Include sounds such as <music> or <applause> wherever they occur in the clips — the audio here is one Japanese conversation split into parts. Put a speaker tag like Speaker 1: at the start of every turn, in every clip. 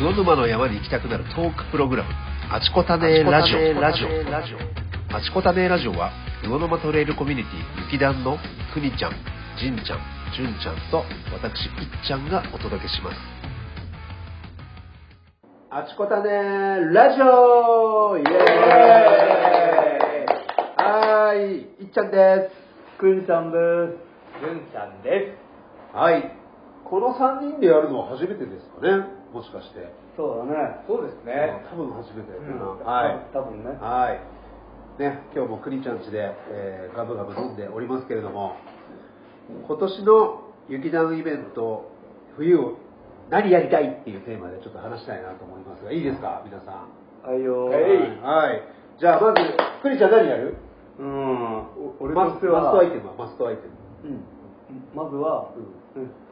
Speaker 1: 魚沼の山に行きたくなるトークプログラム「あちこたねラジオ」ラジオ「あちこたねラジオは」魚沼トレイルコミュニティ雪団のくにちゃんじんちゃんじゅんちゃんと私いっちゃんがお届けしますあちこたねラジオイエーイはーいいっちゃんですくんさんです
Speaker 2: じゅんちゃんで
Speaker 1: はい。この3人でやるのは初めてですかね、もしかして。
Speaker 3: そうだね
Speaker 2: す。。そうですね。
Speaker 1: 多分初めてだな、
Speaker 3: うん
Speaker 1: はい。
Speaker 3: 多分ね
Speaker 1: はい。ね、今日もクリちゃん家で、えーガブガブ飲んでおりますけれども、今年の雪団イベント、冬を何やりたいっていうテーマでちょっと話したいなと思いますが、いいですか、皆さん。
Speaker 3: はいよ
Speaker 2: は
Speaker 3: ー。
Speaker 2: い
Speaker 1: はい。じゃあまず、クリちゃん何やる
Speaker 3: うん。お俺
Speaker 1: マスマ
Speaker 3: とし
Speaker 1: ス
Speaker 3: ては、
Speaker 1: トアイテムはマストアイテム。
Speaker 3: うん。まずは、うん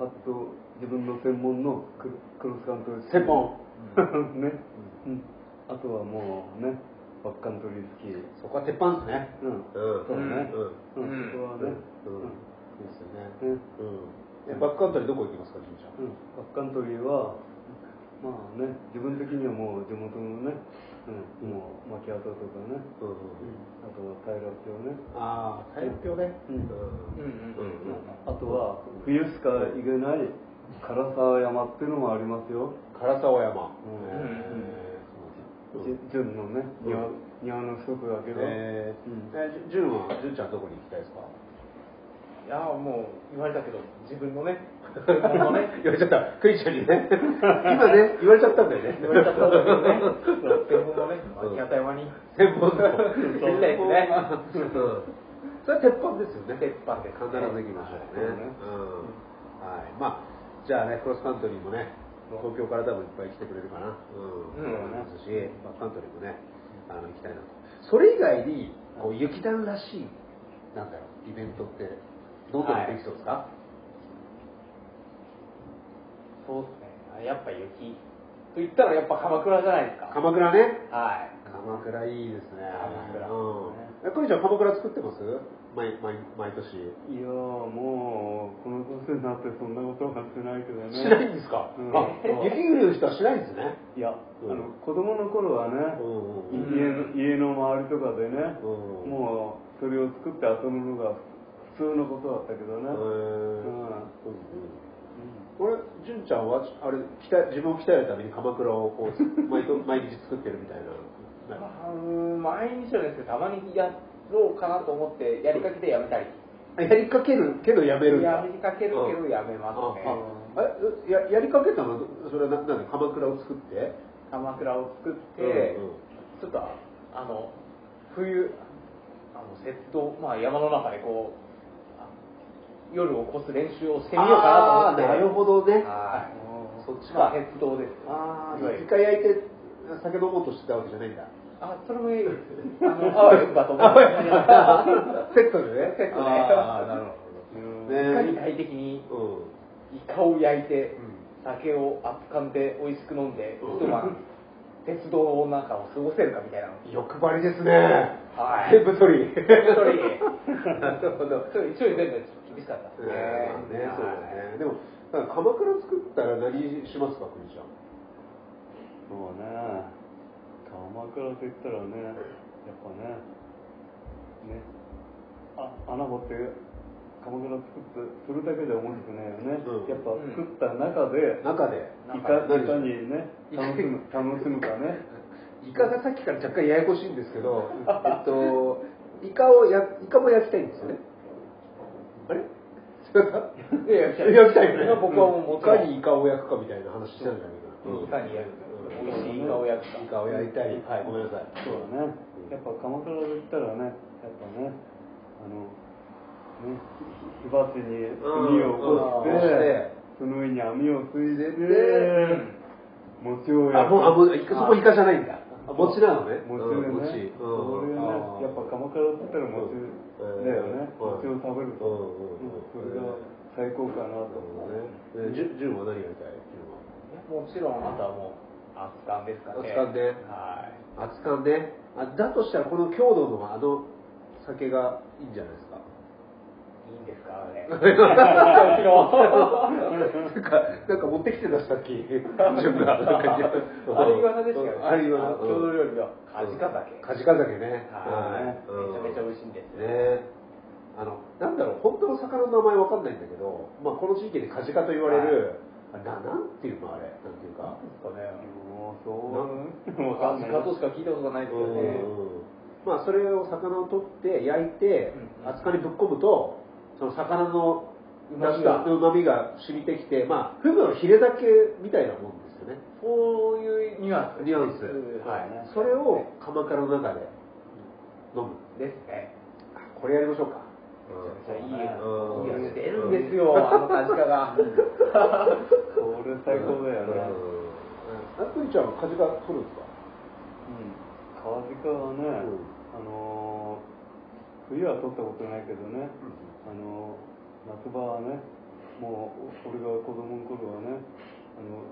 Speaker 3: パッと自分の専門のクロクロスカントリースキー
Speaker 1: 専門。
Speaker 3: <laughs> ね。うん。あとはもうね、バックカントリースキー。
Speaker 1: そこは鉄板ですね。
Speaker 3: うん
Speaker 1: うん。
Speaker 3: そうだね
Speaker 1: うん
Speaker 3: う
Speaker 2: うん
Speaker 3: ん。そこは
Speaker 1: うんうん
Speaker 3: ね。
Speaker 1: いいですよ
Speaker 3: う
Speaker 1: ね
Speaker 3: ん。
Speaker 1: うん。えバックカントリーどこ行きますか、じいちゃん
Speaker 3: う。ん。バックカントリーは、まあね、自分的にはもう地元のね、うん、もう巻き跡とか
Speaker 1: うん。
Speaker 3: ね、あとは平町ね、
Speaker 1: ああ、体力ね。
Speaker 3: うん
Speaker 2: うんうん
Speaker 1: うんうん
Speaker 3: あとは冬しか行けない唐沢山っていうのもありますよ。
Speaker 1: 唐沢山。
Speaker 3: うん
Speaker 1: えーそう
Speaker 3: じ純のね、
Speaker 1: うん
Speaker 3: 庭庭の一つだけど、
Speaker 1: え
Speaker 3: う
Speaker 1: ー
Speaker 3: ん
Speaker 1: え、じゅんは、じゅんちゃんどこに行きたいですか、
Speaker 2: いやーもう言われたけど自分 <laughs> のね、自分のね
Speaker 1: 言われちゃった。クイちゃんにね。今ね、言われちゃったんだよね。
Speaker 2: 言われちゃったんだけどね、そう自分のね、
Speaker 1: うん
Speaker 2: 秋葉山に
Speaker 1: 専門の。
Speaker 2: 行きたいですね。
Speaker 1: うんそれは鉄板ですよね。
Speaker 2: 鉄板です
Speaker 1: 必ず行きましょうね。うん。
Speaker 3: はい
Speaker 1: はい。まあ、じゃあね、クロスカントリーもね、東京から多分いっぱい来てくれるかな。うん。
Speaker 2: うん
Speaker 1: 思いますし、バックカントリーもね、あの行きたいなと。それ以外に、こう、雪団らしい、なんだろう、イベントって、どんなのできそうですか、
Speaker 2: そうですねあ。やっぱ雪と言ったらやっぱ鎌倉じゃないですか。
Speaker 1: 鎌倉ね。
Speaker 2: はい。
Speaker 1: 鎌倉いいですね。
Speaker 2: 鎌倉
Speaker 1: うん。え、これちゃん鎌倉作ってます毎、毎、毎年。
Speaker 3: いやーもうこの年になってそんなことはしてないけどね。
Speaker 1: しないんですか、
Speaker 3: うん
Speaker 1: あ、雪国の人はしないんですね。
Speaker 3: いや、
Speaker 1: うん
Speaker 3: あの子供の頃はね、
Speaker 1: うん
Speaker 2: うん
Speaker 3: 家の家の周りとかでね、
Speaker 1: うん
Speaker 3: もうそれを作って遊ぶのが普通のことだったけどね。
Speaker 1: へー
Speaker 3: うん
Speaker 1: うんうんこれ、純ちゃんは、あれ、鍛え自分を鍛えるために鎌倉をこう、毎度 <laughs> 毎日作ってるみたいな。な
Speaker 2: まあうーん毎日じゃないですけどたまにやろうかなと思ってやりかけてやめたり。
Speaker 1: あやりかけるけどやめるんだ
Speaker 2: やりかけるけどやめますね
Speaker 1: あああえややりかけたのはそれはななんで鎌倉を作って
Speaker 2: 鎌倉を作って、
Speaker 1: うんうん
Speaker 2: ちょっとあの冬あの雪洞、まあ、山の中でこうあ夜を越す練習をしてみようかなと思って
Speaker 1: あーなるほどね
Speaker 2: はい
Speaker 1: そっち
Speaker 2: ま
Speaker 1: か
Speaker 2: あ鉄道です
Speaker 1: ああ
Speaker 2: いわゆ
Speaker 1: 一
Speaker 2: る
Speaker 1: 回焼いて酒飲もうとしてたわけじゃないんだ
Speaker 2: あそれもいいですあのあわよくばと思って
Speaker 1: セットでね
Speaker 2: セットで
Speaker 1: ああなるほど
Speaker 2: いかに
Speaker 1: ね
Speaker 2: 大的に
Speaker 1: うん
Speaker 2: イカを焼いて、
Speaker 1: うん
Speaker 2: 酒を熱んで美味しく飲んで、
Speaker 1: うん
Speaker 2: 一晩鉄道の中を過ごせるかみたいなの
Speaker 1: 欲張りですね。
Speaker 2: はい
Speaker 1: 全部取り。
Speaker 2: 一人
Speaker 1: なるほど。
Speaker 2: 一人全部厳しかったです
Speaker 1: ね
Speaker 2: ね
Speaker 1: そうだね。でも、なんか鎌倉作ったら何しますか、国ちゃん。
Speaker 3: そうね、鎌倉といったらね、やっぱね、ね、あ穴掘って鎌倉作ってするだけじゃ面白くないよね。
Speaker 1: うん
Speaker 3: やっぱ作った中で、
Speaker 1: 中で。
Speaker 3: い
Speaker 2: ん
Speaker 3: か
Speaker 1: 中
Speaker 3: いかにね、楽しむ楽しむかね。
Speaker 1: イカがさっきから若干ややこしいんですけど、えっと、イカをや、イカも焼きたいんですよね。あれ
Speaker 2: いやいや
Speaker 1: 焼きたいよね。
Speaker 2: 僕は
Speaker 1: い
Speaker 2: もうもちろん
Speaker 1: かにイカを焼くかみたいな話してたんだけど。
Speaker 2: いかにやる
Speaker 1: うん
Speaker 2: 美味しいイカを焼く
Speaker 1: イ
Speaker 2: か
Speaker 1: カを焼いたり。はい、ごめんなさい。
Speaker 3: そうだね。やっぱ鎌倉といったらね、やっぱね、あの、ね、火鉢に炭を起こして、その上に網をついでて、餅を
Speaker 1: あ、
Speaker 3: 焼く。
Speaker 1: もう、あ、もう、いかそこイカじゃないんだ。あ、餅なのね。
Speaker 3: 餅
Speaker 1: うん
Speaker 3: でね、
Speaker 1: 餅。
Speaker 3: それね、やっぱ鎌倉だったら餅だよね、餅を食べる
Speaker 1: うん
Speaker 3: と、
Speaker 1: う
Speaker 3: そ
Speaker 1: んうん。
Speaker 3: れが最高かな
Speaker 1: なる
Speaker 3: と
Speaker 1: ほ
Speaker 3: 思 <laughs>
Speaker 1: ど
Speaker 3: う
Speaker 1: ね
Speaker 3: ね。。
Speaker 1: えじゅ、じゅんは何やりたい
Speaker 2: もちろんあとはもう熱燗ですか
Speaker 1: 熱燗
Speaker 2: ね
Speaker 1: ね
Speaker 2: は
Speaker 1: 熱燗ね。あ、だとしたら、この郷土のあの酒 <laughs> がいいんじゃないですか。 <laughs>
Speaker 2: いいいんですかあれもちろん
Speaker 1: なんか、なんか持ってきてた <laughs> さっき。自分がなんか言ってた
Speaker 2: あれイワナでしたよね
Speaker 1: あれイワナ。
Speaker 2: 郷土料理のカジカザケ
Speaker 1: カジカザケね。
Speaker 2: はい
Speaker 1: うん
Speaker 2: めちゃめちゃ美味しいんです
Speaker 1: ねあの、なんだろう、本当の魚の名前わかんないんだけど、まあ、この地域でカジカと言われる、あれななんていうのあれ、なんていうか。
Speaker 2: かね
Speaker 3: もうそう。<laughs>
Speaker 2: カ
Speaker 3: わかん
Speaker 2: ジ
Speaker 3: ない。
Speaker 2: カとしか聞いたことないですよね
Speaker 1: うんまあ、それを魚を取って焼いて
Speaker 2: う、ん
Speaker 1: 熱燗にぶっ込むと、その魚の
Speaker 2: 旨味
Speaker 1: 出
Speaker 2: が
Speaker 1: 汁の旨味が染みてきて、まあ、フグのヒレだけみたいなもんですよね。
Speaker 2: そういうニュアンス
Speaker 1: ニュアンス。
Speaker 2: は
Speaker 1: はいい。それを鎌倉の中で飲む。
Speaker 2: ですね
Speaker 1: これやりましょうか。
Speaker 2: めちゃめちゃいい
Speaker 1: うん
Speaker 2: いい味出るんですよあのカジカ
Speaker 1: <laughs>
Speaker 2: が
Speaker 3: これ最高だよね。
Speaker 1: あくいちゃんはカジカ取るんですか
Speaker 3: うん。川塚はね、あのー、冬は取ったことないけどね、あのー、夏場はね、もう、俺が子供の頃はね、あの、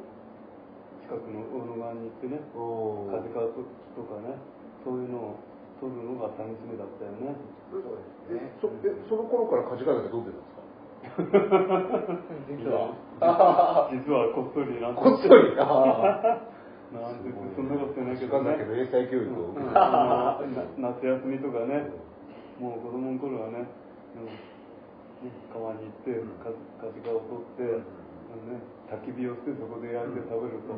Speaker 3: 近くの小野川に行ってね、
Speaker 1: おー
Speaker 3: 風川とかね、そういうのを取るのが楽しみだったよね。
Speaker 1: えそえその頃からカジカだけ飲んでたんですか
Speaker 2: 実は
Speaker 3: 実はこっそりなんて、
Speaker 1: こっそりあ
Speaker 3: なんて、
Speaker 1: ー
Speaker 3: そんなことないけ
Speaker 1: カ
Speaker 3: ど
Speaker 1: ジカだけの
Speaker 3: ね。
Speaker 1: 英才教育を
Speaker 3: う
Speaker 1: 受け
Speaker 3: ん
Speaker 1: てた
Speaker 3: あのな夏休みとかね、もう子供の頃はね、うんね川に行って、かカジカを取って、あのね、焚き火をしてそこで焼いて食べると、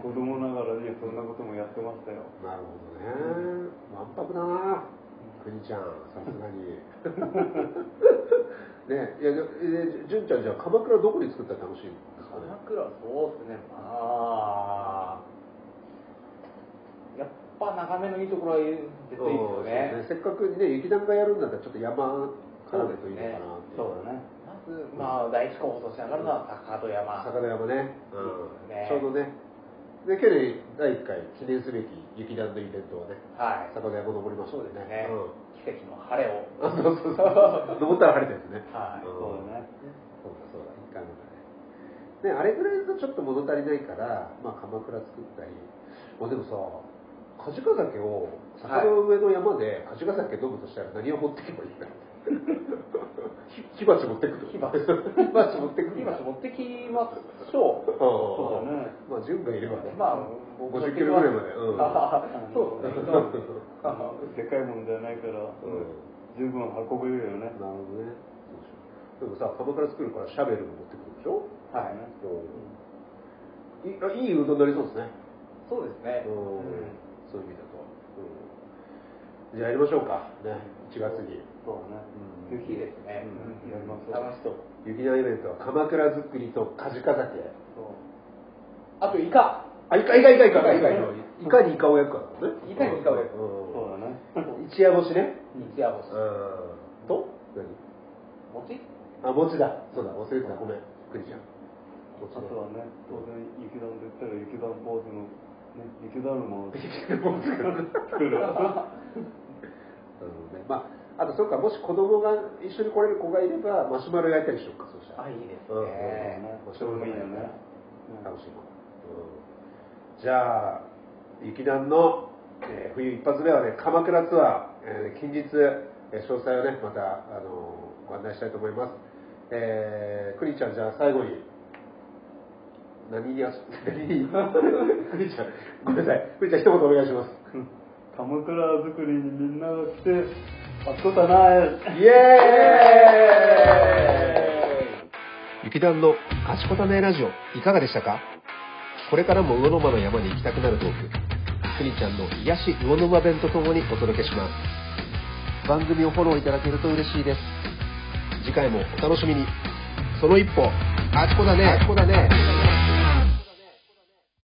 Speaker 3: 子供ながらにそんなこともやってましたよ。
Speaker 1: なるほどね。わんぱくだな。国ちゃん、さすが <laughs> に。ねいや、でえ純ちゃん、じゃあ、鎌倉どこに作ったら楽しいんですかね
Speaker 2: 鎌。倉はそうですねまあやっぱ眺めのいいところは絶対いいです
Speaker 1: そ
Speaker 2: よね
Speaker 1: うですねせっかくね、雪団がやるんだったら、ちょっと山からだといいのかなっていう。
Speaker 3: そうだね。
Speaker 2: まずまあ第一候補として上がるのは高戸山
Speaker 1: 坂の山ね。うん
Speaker 2: ね
Speaker 1: ちょうどね。で、去年、第1回記念すべき雪団のイベントはね、
Speaker 2: はい
Speaker 1: 坂の山登りました
Speaker 2: そう
Speaker 1: もん
Speaker 2: ですね、
Speaker 1: うん
Speaker 2: 奇跡の晴れを
Speaker 1: あそうそうそう。登ったら晴れたやつね。
Speaker 2: はい
Speaker 1: うん
Speaker 3: そうだね。
Speaker 1: そうだそうだ、一回目だね。で、あれぐらいだとちょっと物足りないから、まあ鎌倉作ったり、まあでもさ、カジカ酒を坂の上の山でカジカ酒飲むとしたら何を持って <laughs> けばいいんだろう火鉢持ってくる
Speaker 2: 火
Speaker 1: 火
Speaker 2: 鉢
Speaker 1: 鉢持ってくる
Speaker 2: 今持ってきましょう
Speaker 1: そ
Speaker 3: そうだね。
Speaker 1: まあ純がいればね、
Speaker 2: まあ
Speaker 1: 50キロぐらいまで。うん
Speaker 2: あー <laughs> そうですね
Speaker 3: あのでかいもんじゃないから、
Speaker 1: ん
Speaker 3: 十分運べるよね。
Speaker 1: なるほどね。そうでしょうでもさ、鎌倉作るからシャベルも持ってくるでしょ
Speaker 2: はい
Speaker 1: いあいいうどんになりそうですね。
Speaker 2: そうですね
Speaker 1: うんそういう意味だと。じゃあやりましょうか。ね、1月に。
Speaker 3: そうだね。
Speaker 1: うん
Speaker 3: ぜ
Speaker 2: い
Speaker 3: ひ
Speaker 2: いですね、
Speaker 3: うんやりましょう
Speaker 2: 楽しそう
Speaker 1: 雪のイベントは鎌倉作りとカジカ酒。
Speaker 3: そう
Speaker 2: あとイカ
Speaker 1: あ、イカ、イカ、イカ、イカ、イカ、イカ。いかにイカを焼くかだもんね。
Speaker 2: いかにイカを焼く
Speaker 1: う
Speaker 3: そうだね。
Speaker 1: ん。一夜干しね。
Speaker 2: 一夜干し
Speaker 1: うん。と何
Speaker 2: 餅
Speaker 1: あ、餅だ。そうだ、忘れてた。ごめん。栗ちゃん。
Speaker 3: あとはね、当然雪団と言ったら雪団ポーズの、ね、雪だるまを作
Speaker 1: う
Speaker 3: る。
Speaker 1: んねまあ、あとそうか、もし子供が一緒に来れる子がいれば、マシュマロ焼いたりしようか、そうしたら。
Speaker 2: あいいです
Speaker 1: うん
Speaker 2: ね
Speaker 1: うん
Speaker 3: それもいいよね。
Speaker 1: 楽しいなうんじゃあ、雪団の、えー冬一発目はね、鎌倉ツアー、えー近日、えー詳細をね、また、あのーご案内したいと思います。えー、くにちゃん、じゃあ最後に、何にあ、何に、 <laughs> くにちゃん、ごめんなさい、くにちゃん、一言お願いします。
Speaker 3: うん鎌倉作りにみんなが来て、あっこたなえ。
Speaker 1: イエーイ
Speaker 4: 雪団のあちこたねラジオいかがでしたかこれからも魚沼の山に行きたくなるトークくにちゃんの癒し魚沼弁とともにお届けします番組をフォローいただけると嬉しいです次回もお楽しみにその一歩あちこだねあちこだね